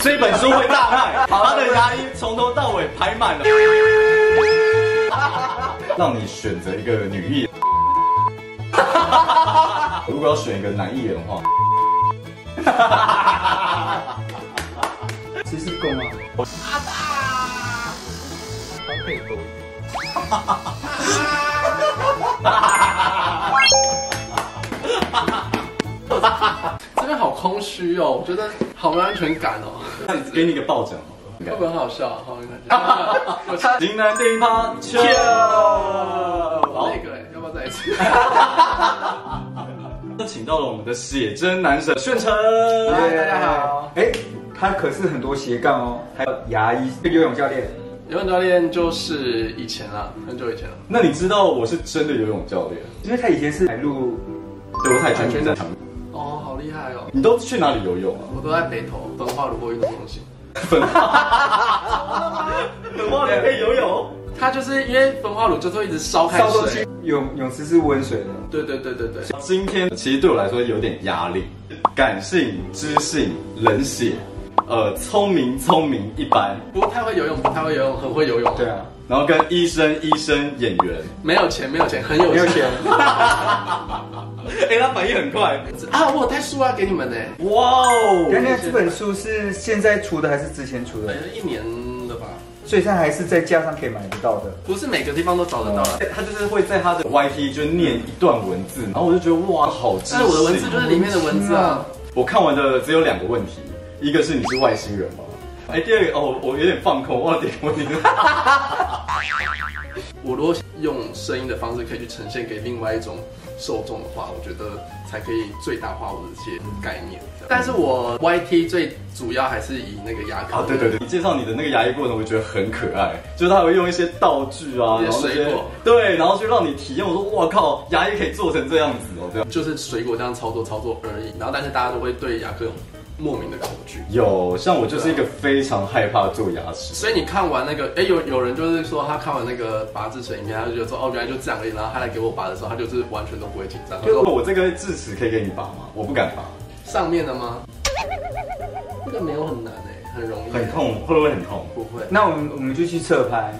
这本书会大 卖，他的牙医从头到尾排满了。 让你选择一个女 艺人，如果要选一个男艺人的话，谁是公啊？这边好空虚哦，我觉得好没安全感 哦，那你给你一个抱枕好了应会该不。会很好笑啊？好没 感觉。我差林南第一趴，切！好那，个哎，要不要再一 次？那请到了我们的写真男神炫成。嗨，大家好。哎，他可是很多斜杠哦，还有牙医、游泳教练。游泳教练就是以前啦，很久以前了。那你知道我是真的游泳教练？因为他以前是海陆，对，我海军军在的场。哦，好厉害哦！你都去哪里游泳 啊？我都在北投文化如果运动中心。很忘了可以游泳。它就是因为焚化炉就是会一直烧开烧东水西，，泳泳池是温水的。对对对对对，今天其实对我来说有点压力，感性、知性、冷血，呃，聪明、聪明一般，不太会游泳，不太会游泳，很会游泳，对，啊，然后跟医生、医生、演员。没有钱没有钱，很有没有钱。哎、他反应很快。 啊！我有带书啊给你们呢，哇原哦！来这本书是现在出的还是之前出可的？能一年了吧，所以它还是在架上可以买得到的。不是每个地方都找得到啊的。他就是会在他的 YT 就念一段文字，然后我就觉得哇，好知但是我的文字性就是里面的文字啊，我看完的只有两个问题，一个是你是外星人吗？哎、第二个哦，我有点放空，忘了点问题。我如果用声音的方式可以去呈现给另外一种受众的话，我觉得才可以最大化我的一些概念。嗯但是我 YT 最主要还是以那个牙啊膏，，对对对，你介绍你的那个牙医过程，我觉得很可爱，就是他会用一些道具啊，然后那一些水些果对，然后去让你体验。我说哇靠，牙医可以做成这样子哦，对。就是水果这样操作操作而已。然后但是大家都会对牙科有莫名的恐惧。有，像我就是一个非常害怕做牙齿，所以你看完那个，哎，有有人就是说他看完那个拔智齿影片，他就觉得说，哦，原来就这样而已。然后他来给我拔的时候，他就是完全都不会紧张。他就说哦我这个智齿可以给你拔吗？我不敢拔，上面的吗？这个没有很难哎、很容易，很，痛，会不会很痛？ 不会。那我们我们就去侧拍，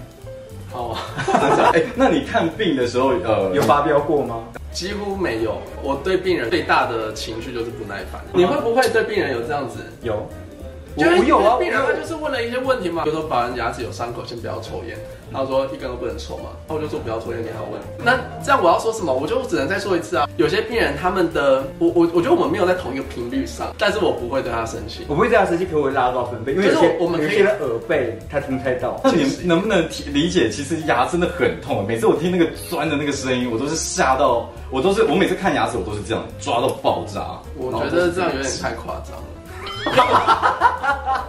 好啊，真的？哎、那你看病的时候，呃，有发飙过吗？几乎没有。我对病人最大的情绪就是不耐烦。你会不会对病人有这样子？有，嗯我就是我有啊，我病人他就有。是问了一些问题嘛，比如说拔完牙齿有伤口，先不要抽烟。他说一根都不能抽嘛，那我就说不要抽烟，你还要问？那这样我要说什么？我就只能再说一次啊。有些病人他们的，我我我觉得我们没有在同一个频率上，但是我不会对他生气。我不会这样生气，可我会拉到分贝，因为有就是些我们有可以些人耳背他听不太到。那你们能不能体理解？其实牙真的很痛，啊每次我听那个钻的那个声音，我都是吓到，我都是我每次看牙齿，我都是这样抓到爆炸。我然后觉都是得这样有点挤太夸张了。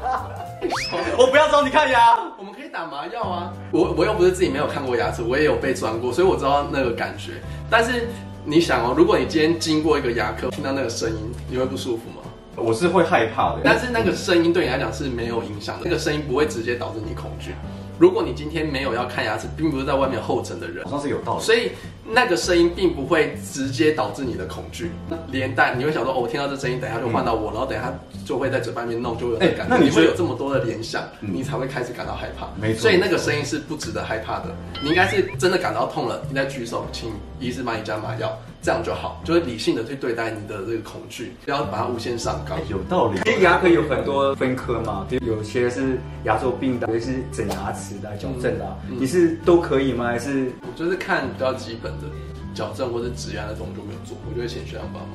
我不要找你看牙。我们可以打麻药啊！我我又不是自己没有看过牙齿，我也有被钻过，所以我知道那个感觉。但是你想哦，如果你今天经过一个牙科，听到那个声音，你会不舒服吗？我是会害怕的，但是那个声音对你来讲是没有影响的，那个声音不会直接导致你恐惧。如果你今天没有要看牙齿，并不是在外面候诊的人好，像是有道理。所以那个声音并不会直接导致你的恐惧，连带你会想说，哦，我听到这声音，等一下就换到我，然后等一下就会在嘴巴里面弄，就会有那个感觉。哎那你你会会有这么多的联想，你才会开始感到害怕。没错所以那个声音是不值得害怕的。你应该是真的感到痛了，你再举手，请医师帮你加麻药，这样就好，就是理性的去对待你的这个恐惧，不要把它无限上纲哎。有道理。因为牙科有很多分科嘛，比如有些是牙周病的，有些是整牙齿的、矫正的啊、嗯嗯你是都可以吗？还是我就是看比较基本的矫正或者植牙那种我就没有做，我就会请学长帮忙。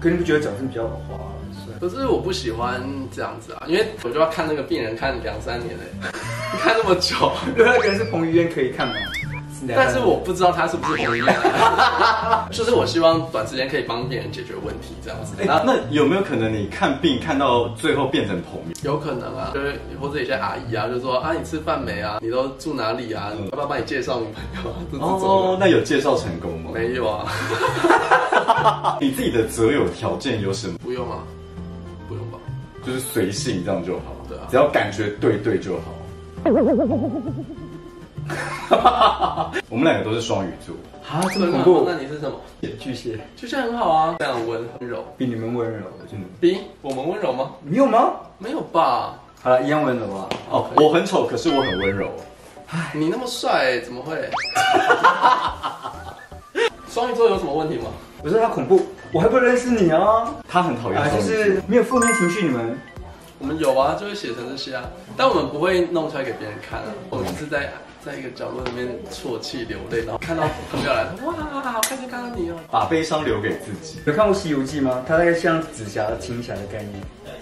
可你不觉得矫正比较划算？可是我不喜欢这样子啊，因为我就要看那个病人看两三年嘞、 看那么久，如果那个人是彭于晏 可以看吗？但是我不知道他是不是同一样啊。 就是我希望短时间可以帮病人解决问题这样子，哎、那那有没有可能你看病看到最后变成朋友？有可能啊，就是或者有些阿姨啊，就说啊你吃饭没啊，你都住哪里啊，要不要帮你介绍女朋友啊，这这种哦，那有介绍成功吗？的啊没有啊，你自己的择友条件有什么？不用啊，不用吧，就是随性这样就好，对啊只要感觉对对就好。我们两个都是双鱼座，啊，这真的么恐啊怖那，你是什么？巨蟹就像很好啊，非常温柔。比你们温柔，真的。比我们温柔吗？你有吗？没有吧？好了，一样温柔啊。哦，我很丑，可是我很温柔。你那么帅，怎么会？ 双鱼座有什么问题吗？我说他恐怖，我还不认识你啊！他很讨厌啊，双就鱼座是没有负面情绪，你们我们有啊，就会写成这些啊，但我们不会弄出来给别人看啊。我们是在在一个角落里面啜泣流泪，然后看到朋友来，哇，好开心看到你哦。把悲伤留给自己。有看过《西游记》吗？它大概像紫霞青霞的概念。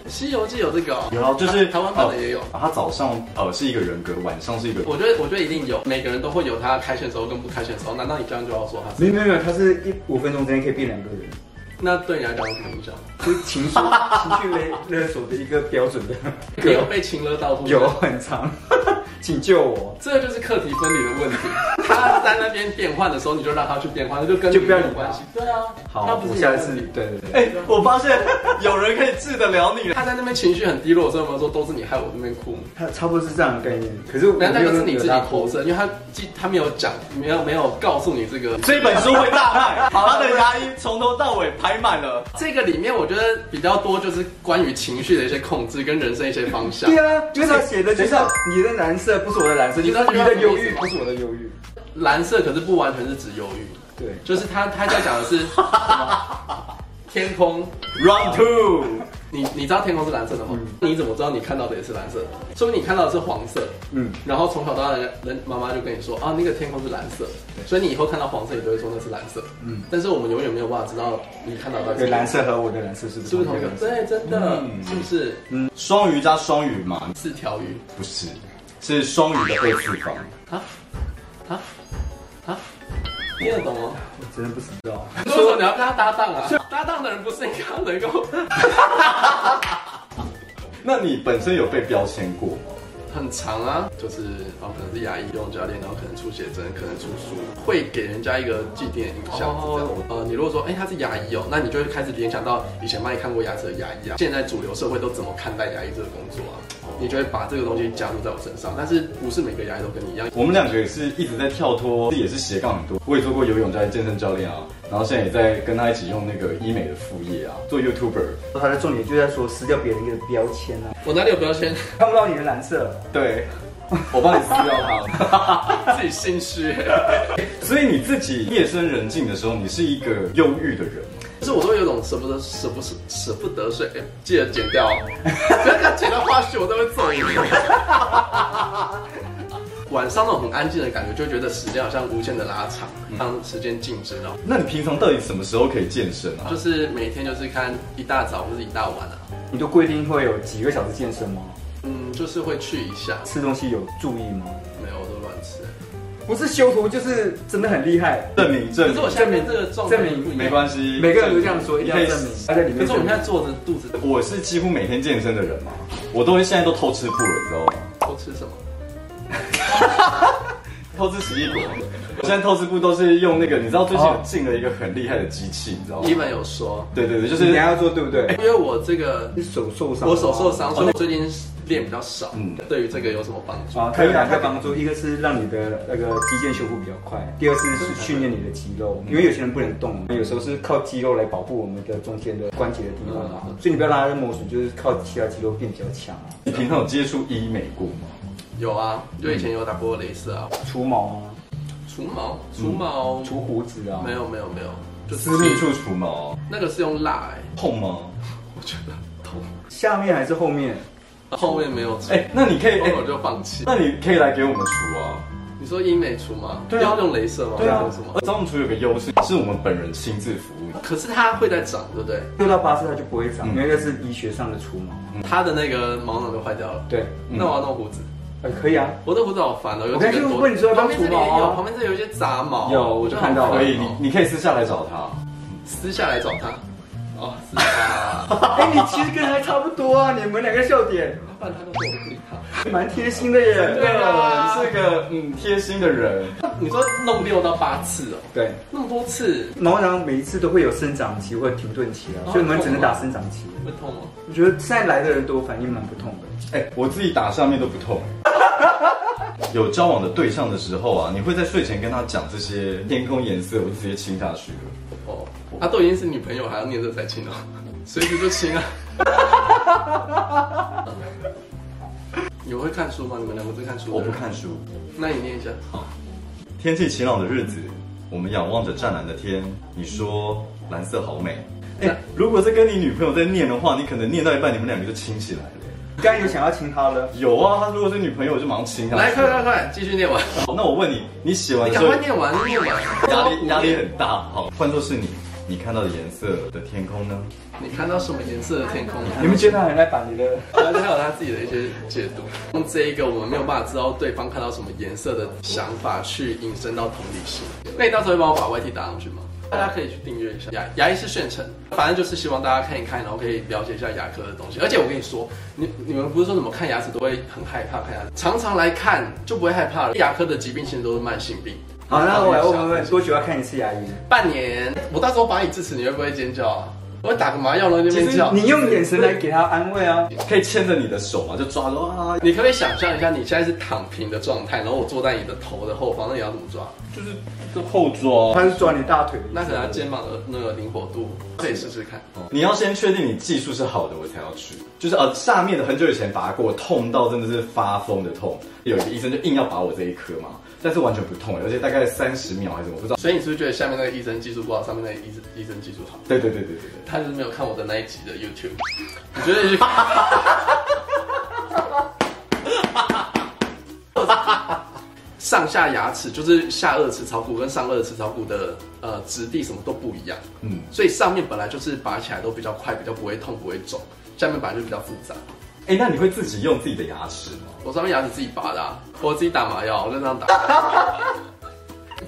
《西游记》有这个、哦，然后就是台湾版的也有。呃他早上呃是一个人格，晚上是一个我觉得，我觉得一定有，每个人都会有他开选的时候跟不开选的时候。难道你这样就要说他是？没有没有没有，它是一五分钟之内可以变两个人，那对你来讲有什么影响？就是情绪 情绪勒勒索的一个标准的。你 有被情勒到吐？有很长， 请救我！这个就是课题分离的问题。 他在那边变换的时候，你就让他去变换，那就跟就不要你没有理他关系。对啊，他好，不我是下有一次问题对对对，哎、我发现有人可以治得了你了。他在那边情绪很低落的时候，有没有说都是你害我那边哭？它差不多是这样的概念。可是我没那有那个是你惹自己啊它投哭射，因为他既他没有讲，没有没有告诉你这个。这本书会大卖，好他的牙医从头到尾排满了。这个里面我觉得比较多就是关于情绪的一些控制跟人生一些方向对。啊，就是他写的，就等一是下你的蓝色不是我的蓝色，你就知是道你的忧郁这句话不是我的忧郁。蓝色可是不完全是指忧郁，对，就是他他在讲的是什 么天空。 Round two，你你知道天空是蓝色的吗？你怎么知道你看到的也是蓝色的？说明你看到的是黄色。嗯，然后从小到大，人人妈妈就跟你说啊，那个天空是蓝色，所以你以后看到黄色，你都会说那是蓝色。嗯，但是我们永远没有办法知道你看到的对，蓝色和我的蓝色是不是是不是同一个？对，真的，是不是？嗯，双鱼加双鱼嘛？四条鱼不是，是双鱼的二次方。啊啊啊！听得懂吗？ 我真的不知道。所以说你要跟他搭档啊，搭档的人不是你刚能够那你本身有被标签过吗？很长啊，就是哦，可能是牙医、用教练，然后可能出写真，可能出书，会给人家一个既定的印象。哦是这样呃，你如果说哎、他是牙医哦，那你就会开始联想到以前帮你看过牙齿的牙医啊，现在主流社会都怎么看待牙医这个工作啊？你就会把这个东西加入在我身上，但是不是每个牙医都跟你一样。我们两个也是一直在跳脱，也是斜杠很多。我也做过游泳教练、健身教练啊，然后现在也在跟他一起用那个医美的副业啊，做 YouTuber。他的重点就在说撕掉别人一个标签啊，我哪里有标签？看不到你的蓝色。对，我帮你撕掉它。自己心虚、所以你自己夜深人静的时候，你是一个忧郁的人。就是我都有种舍不得、舍不舍、舍不得睡，哎，记得剪掉、哦， 不要这样剪到花絮，我都会揍你。 晚上那种很安静的感觉，就会觉得时间好像无限的拉长，让时间静止，然后那你平常到底什么时候可以健身啊？就是每天就是看一大早或是一大晚啊，你都规定会有几个小时健身吗？嗯，就是会去一下，吃东西有注意吗？没有我都乱吃。不是修图就是真的很厉害，证明证可是我明，现在这个状态证明不一样没关系，每个人都这样说，一定要你可以证明。他在里可是面证我明，们现在坐着肚子我是几乎每天健身的人嘛，我都会现在都偷吃布了，你知道吗？都吃什么？偷吃奇异果，我现在偷吃布都是用那个，你知道最近有进了一个很厉害的机器，你知道吗一？本有说，对对对，就你等一是下要做对不对因？为我这个你哎手受伤了吗，我手受哦伤，所以我最近练比较少。嗯对于这个有什么帮助？啊，它有两个帮助，一个是让你的那个肌腱修复比较快，第二是是训练你的肌肉，因为有些人不能动，有时候是靠肌肉来保护我们的中间的关节的地方嘛，所以你不要让它磨损，就是靠其他肌肉变比较强啊。你平常有接触医美过吗？有啊，嗯就以前有打过镭射啊，除毛啊，除毛，除毛，除胡子啊，没有没有没有，就私密处除毛那个是用蜡哎、痛吗？我觉得痛，下面还是后面？后面没有除，哎、那你可以后哎、面我就放弃。那你可以来给我们除啊。你说医美除吗？对啊要用镭射吗？对啊还是什么？找我们除有个优势，是我们本人亲自服务。可是它会在长，对不对？六到八次它就不会长，嗯因为那是医学上的除毛。它的那个毛囊都坏掉了。对，嗯那我要弄胡子，呃，可以 啊。我的胡子好烦哦。有我刚才几根就多问你说要不要旁边这里也除毛啊有，旁边这里有一些杂毛。有我就看到了可可以，你以，你你可以私下来找他。哦私下来找他。哦，私下，哎、你其实跟他差不多啊，你们两个笑点不然他都说我不理他。蛮贴心的耶。对啊你是个嗯贴心的人。你说弄六到八次哦，对，那么多次毛囊每一次都会有生长期或停顿期啊，哦所以我们只能打生长期。会痛吗？我觉得现在来的人都反应蛮不痛的。哎、我自己打下面都不 痛。有交往的对象的时候啊，你会在睡前跟他讲这些天空颜色，我就直接亲下去了。哦，他都已经是女朋友，还要念这才亲哦，随时就亲啊。你们会看书吗？你们两个会看书？我不，看书。那你念一下。天气晴朗的日子，我们仰望着湛蓝的天，你说蓝色好美。哎、如果是跟你女朋友在念的话，你可能念到一半，你们两个就亲起来了。刚刚有想要亲他了，有啊，她如果是女朋友，我就马上亲她。来，快快快，继续念完，好那我问你，你写完你之赶后快念完，念完。压力压力很大。好，换作是你，你看到的颜色的天空呢？你看到什么颜色的天空？你们觉得他很爱把你的？他还有他自己的一些解读。用这一个我们没有办法知道对方看到什么颜色的想法去引申到同理心。那你到时候会帮我把 YT 打上去吗？大家可以去订阅一下牙牙医是炫成，反正就是希望大家看一看，然后可以了解一下牙科的东西。而且我跟你说，你你们不是说怎么看牙齿都会很害怕看牙齿，常常来看就不会害怕了。牙科的疾病其实都是慢性病。好，那我来问问问，多久要看一次牙医？半年，我到时候拔你智齿，你会不会尖叫啊？我会打个麻药然后就其尖实叫。你用眼神来给他安慰啊。可以牵着你的手嘛，就抓着啊，你可不可以想象一下，你现在是躺平的状态，然后我坐在你的头的后方，那你要怎么抓？就是就后抓。哦他是抓你大腿，那可能要肩膀的那个灵活度，可以试试看。你要先确定你技术是好的，我才要去。就是呃，下面的很久以前拔过，痛到真的是发疯的痛。有一个医生就硬要拔我这一颗嘛，但是完全不痛，而且大概三十秒还是我不知道。所以你是不是觉得下面那个医生技术不好，上面那个医生医生技术好？对对对对对对，他就是没有看我的那一集的 YouTube，你觉得去？ 上下牙齿就是下颚齿槽骨跟上颚齿槽骨的呃质地什么都不一样，嗯，所以上面本来就是拔起来都比较快，比较不会痛，不会肿，下面本来就比较复杂。哎，那你会自己用自己的牙齿吗？我上面牙齿自己拔的、啊，我自己打麻药，我就这样打。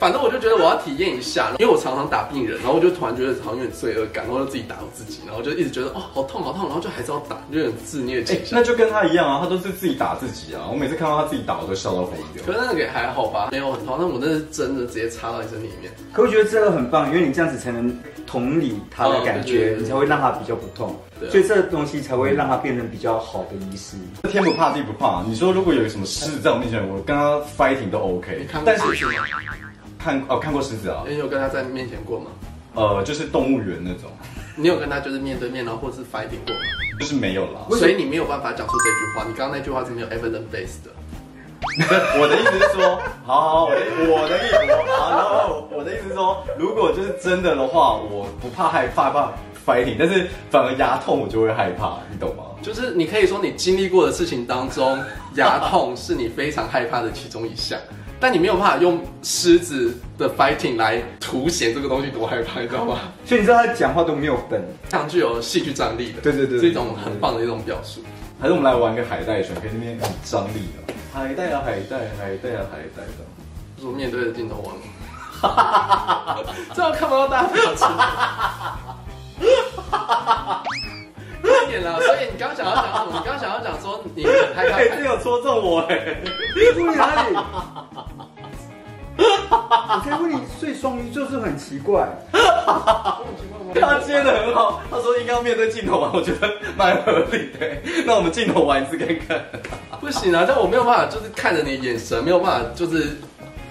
反正我就觉得我要体验一下，因为我常常打病人，然后我就突然觉得好像有点罪恶感，然后就自己打我自己，然后就一直觉得哦好痛好痛，然后就还是要打，就有点自虐哎倾， 向。那就跟他一样啊，他都是自己打自己啊。我每次看到他自己打，我都笑到疯掉。可是那个也还好吧，没有很痛，但我那是真的直接插到你身体里面。可我觉得这个很棒，因为你这样子才能同理他的感哦对对觉对，你才会让他比较不痛对，啊所以这个东西才会让他变成比较好的医师。天不怕地不怕，你说如果有什么狮子在我面前，我跟他 fighting 都 OK 你看。过但狮是子吗？看哦看过狮子啊，你有跟他在面前过吗？呃，就是动物园那种，你有跟他就是面对面，然后或是 fighting 过吗？就是没有啦。所以你没有办法讲出这句话，你刚刚那句话是没有 evidence based 的。我的意思是说，好好，好我的我的意思，好，然后我的意思是说，如果就是真的的话，我不怕害怕怕 fighting，但是反而牙痛我就会害怕，你懂吗？就是你可以说你经历过的事情当中，牙痛是你非常害怕的其中一项，但你没有办法用狮子的 fighting 来凸显这个东西多害怕，你知道吗？ 所以你知道他讲话都没有本，非常具有戏剧张力的，对对对对是一种很棒的一种表述。还是我们来玩个海带拳，可以那边很张力啊，海带啊海带，海带啊海带的。 就是我面对着镜头玩， 这样看不到大家表情。 快一点啦！所以你刚想要讲什么？你刚想要讲说你很害怕哎、看这有戳中我哎、注意哪里？我才问你，所以双鱼座是很奇怪。他接的很好，他说应该要面对镜头啊玩，我觉得蛮合理的、那我们镜头玩一次看看。不行啊，但我没有办法，就是看着你眼神，没有办法，就是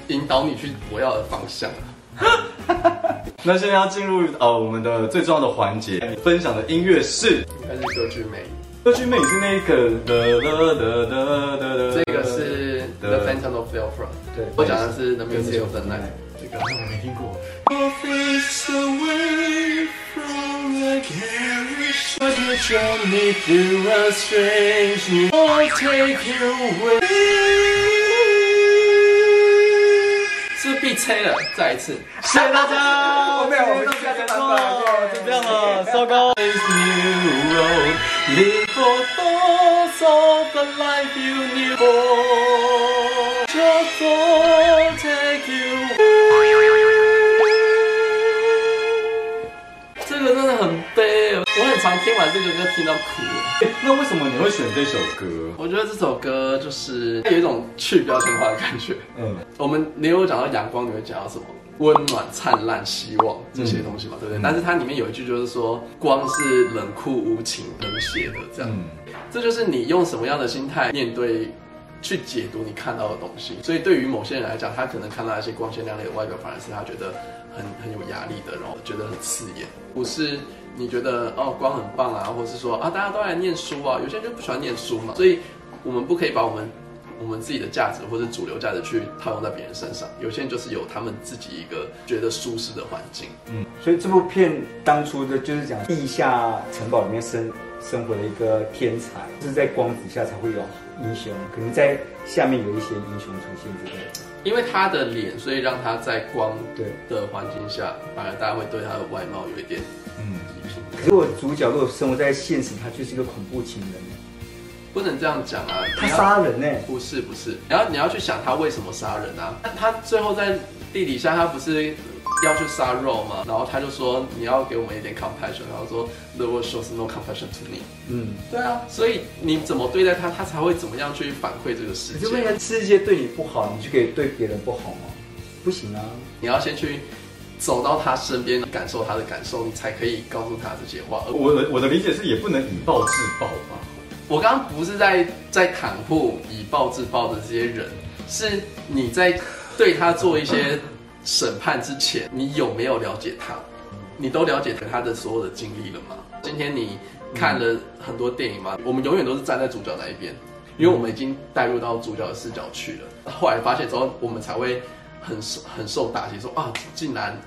引导你去我要的方向。那现在要进入呃我们的最重要的环节，分享的音乐是应该是歌剧魅影，歌剧魅影是那个的的的的的的，这个是呃 The Phantom of the Opera，对，我讲的是啊 The Music of the Night。这个我没听过。是必吹了，再一次。谢谢大家，哎后面我们下次节再目见哦就这样了，糟糕。Live for those of the life you knew for. Just don't take you. 这个真的很悲，我很常听完这个歌听到哭。那为什么你会选这首歌？我觉得这首歌就是有一种去标签化的感觉。嗯，我们你有讲到阳光，你会讲到什么？温暖、灿烂、希望这些东西嘛，对不对？但是它里面有一句就是说，光是冷酷、无情、冷血的这样，嗯，这就是你用什么样的心态面对。去解读你看到的东西，所以对于某些人来讲，他可能看到一些光鲜亮丽的外表，反而是他觉得很很有压力的，然后觉得很刺眼。不是你觉得哦光很棒啊，或是说啊大家都来念书啊，有些人就不喜欢念书嘛，所以我们不可以把我们我们自己的价值或者主流价值去套用在别人身上。有些人就是有他们自己一个觉得舒适的环境。所以这部片当初的就是讲地下城堡里面生生活的一个天才，是在光底下才会有英雄，可能在下面有一些英雄出现之类的。因为他的脸，所以让他在光对，的环境下，反而大家会对他的外貌有一点嗯，批评。可是我主角如果生活在现实，他就是一个恐怖情人，不能这样讲啊！他你要杀人呢、不是不是，然后你要去想他为什么杀人啊？那他最后在地底下，他不是要去杀肉吗？然后他就说你要给我们一点 compassion，然后说 the world shows no compassion to me。嗯，对啊，所以你怎么对待他，他才会怎么样去反馈这个世可是为界。了世界对你不好，你就可以对别人不好吗？不行啊，你要先去走到他身边，感受他的感受，你才可以告诉他这些话。而我的我的理解是也不能以暴制暴吧。我刚刚不是在在袒护以暴制暴的这些人，是你在对他做一些审判之前，你有没有了解他？你都了解他的所有的经历了吗？今天你看了很多电影吗？我们永远都是站在主角那一边，因为我们已经带入到主角的视角去了。后来发现之后，我们才会很受很受打击，说啊，竟然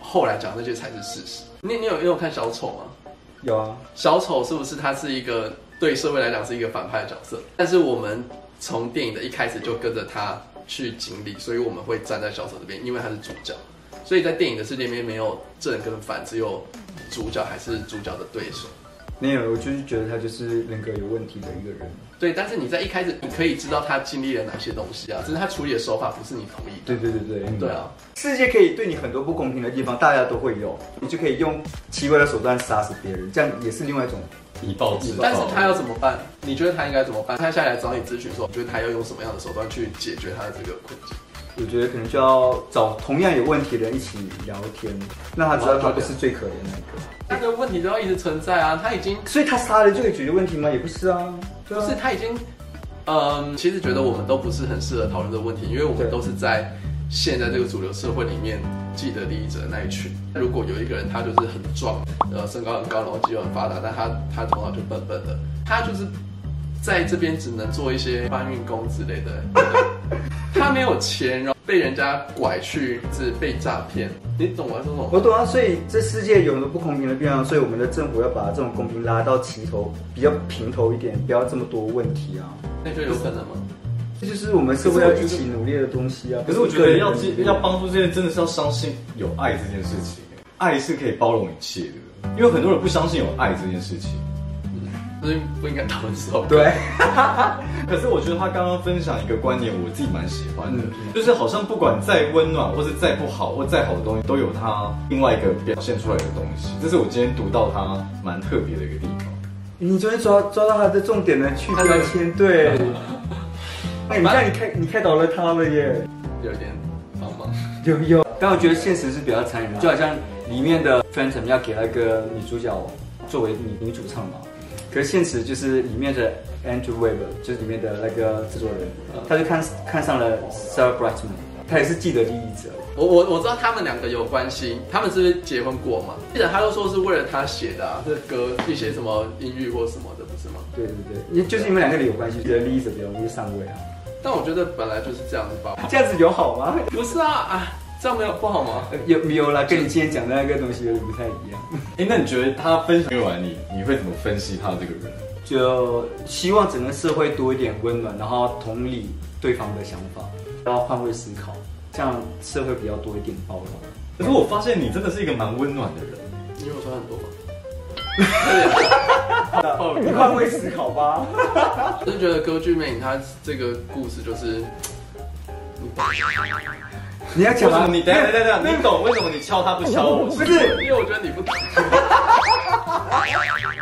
后来讲那些才是事实。你你有你有看小丑吗？有啊，小丑是不是他是一个对社会来讲是一个反派的角色？但是我们从电影的一开始就跟着他去经历，所以我们会站在小丑这边，因为他是主角。所以在电影的世界里面没有正跟反，只有主角还是主角的对手。没有，我就是觉得他就是人格有问题的一个人。对，但是你在一开始你可以知道他经历了哪些东西啊，只是他处理的手法不是你同意的。对对对对，对啊，世界可以对你很多不公平的地方，大家都会有，你就可以用奇怪的手段杀死别人，这样也是另外一种。以暴制暴，但是他要怎么办？你觉得他应该怎么办？他下来找你咨询说，你觉得他要用什么样的手段去解决他的这个困境？我觉得可能就要找同样有问题的人一起聊天，让他知道他不是最可怜的那他个。的问题都要一直存在啊，他已经所以他杀人就可以解决问题吗？也不是啊，对不啊是，他已经，嗯，其实觉得我们都不是很适合讨论这个问题，因为我们对都是在现在这个主流社会里面既得利益者的那一群。如果有一个人他就是很壮，呃，身高很高，然后肌肉很发达，但他他头脑就笨笨的，他就是在这边只能做一些搬运工之类的。 他没有钱，然后被人家拐去，是被诈骗。你懂我在说什么吗？我懂啊。所以这世界有很多不公平的地方，所以我们的政府要把这种公平拉到齐头，比较平头一点，不要这么多问题啊。那就有可能吗？这就是我们社会要一起努力的东西啊。可是我觉得要不是记个人要帮助这些人，真的是要相信有爱这件事情。爱是可以包容一切的，因为很多人不相信有爱这件事情。所以不应该讨论这种。对。可是我觉得他刚刚分享一个观点，我自己蛮喜欢的，嗯就是好像不管再温暖，或是再不好，或再好的东西，都有他另外一个表现出来的东西。这是我今天读到他蛮特别的一个地方。你终于抓抓到他的重点了，去标签，对。哎，你看，你开你开导了他了耶。有点帮忙。有有，但我觉得现实是比较残忍的，就好像里面的 Phantom 要给那个女主角作为女女主唱嘛，可是现实就是里面的 Andrew Webber，就是里面的那个制作人，嗯他就看看上了 Sarah Brightman，他也是既得利益者，我我我知道他们两个有关系，他们是不是结婚过嘛？记得他都说是为了他写的啊，这歌一些什么音域或什么的，不是吗？对对对，因为就是因为两个人有关系，既得利益者比较容易上位啊，但我觉得本来就是这样子吧。这样子有好吗？不是啊啊，这样没有不好吗？呃有有啦，跟你今天讲的那个东西有点不太一样。哎，那你觉得他分享完你，你会怎么分析他这个人？ 就希望整个社会多一点温暖，然后同理对方的想法，然后换位思考，这样社会比较多一点包容。可是我发现你真的是一个蛮温暖的人。因为我说很 多嘛，哦你换位思考吧。啊我就觉得《歌剧魅影》它这个故事 就是，你要为什讲么啊？你等一下等一下等一下，你懂为什么你敲他不敲我？ 不是因为我觉得你不懂，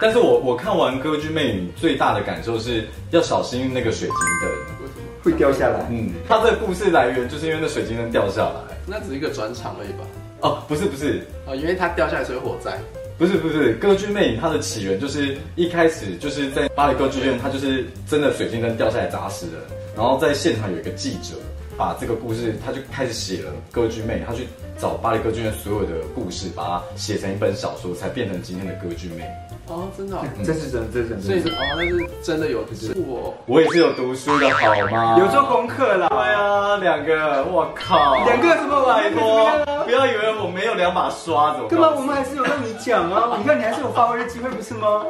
但是我我看完《歌剧魅影》最大的感受是要小心那个水晶灯。为什么？ 会掉下来。嗯，它这个故事来源就是因为那水晶灯掉下来。那只是一个转场而已吧。哦，不是不是啊，因为它掉下来所以火灾。不是不是，《歌剧魅影》它的起源就是一开始就是在巴黎歌剧院，它就是真的水晶灯掉下来砸死人，然后在现场有一个记者把这个故事，他就开始写了《歌剧魅影》，他去找巴黎歌剧院所有的故事，把它写成一本小说，才变成今天的《歌剧魅影》。哦，真的哦、这是真的，嗯这是真的。所以是哦，那是真的有吃过。我也是有读书的好吗？有做功课啦。对啊，两个，我靠，两个什么玩意拜儿托，不要以为我没有两把刷子，我告诉对你吗？啊我们还是有让你讲啊，你看你还是有发挥的机会，不是吗？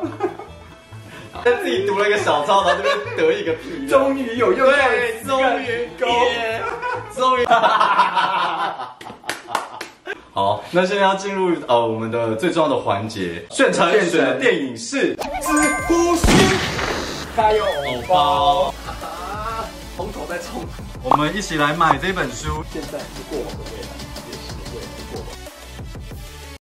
他自己读了一个小抄，然后这边得一个屁的，终于有用到对，终于够，终于。 好，那现在要进入呃我们的最重要的环节，炫城炫城选的电影是《知呼吸，加油！偶包》，啊，红头在冲，我们一起来买这本书。现在是过往的未来。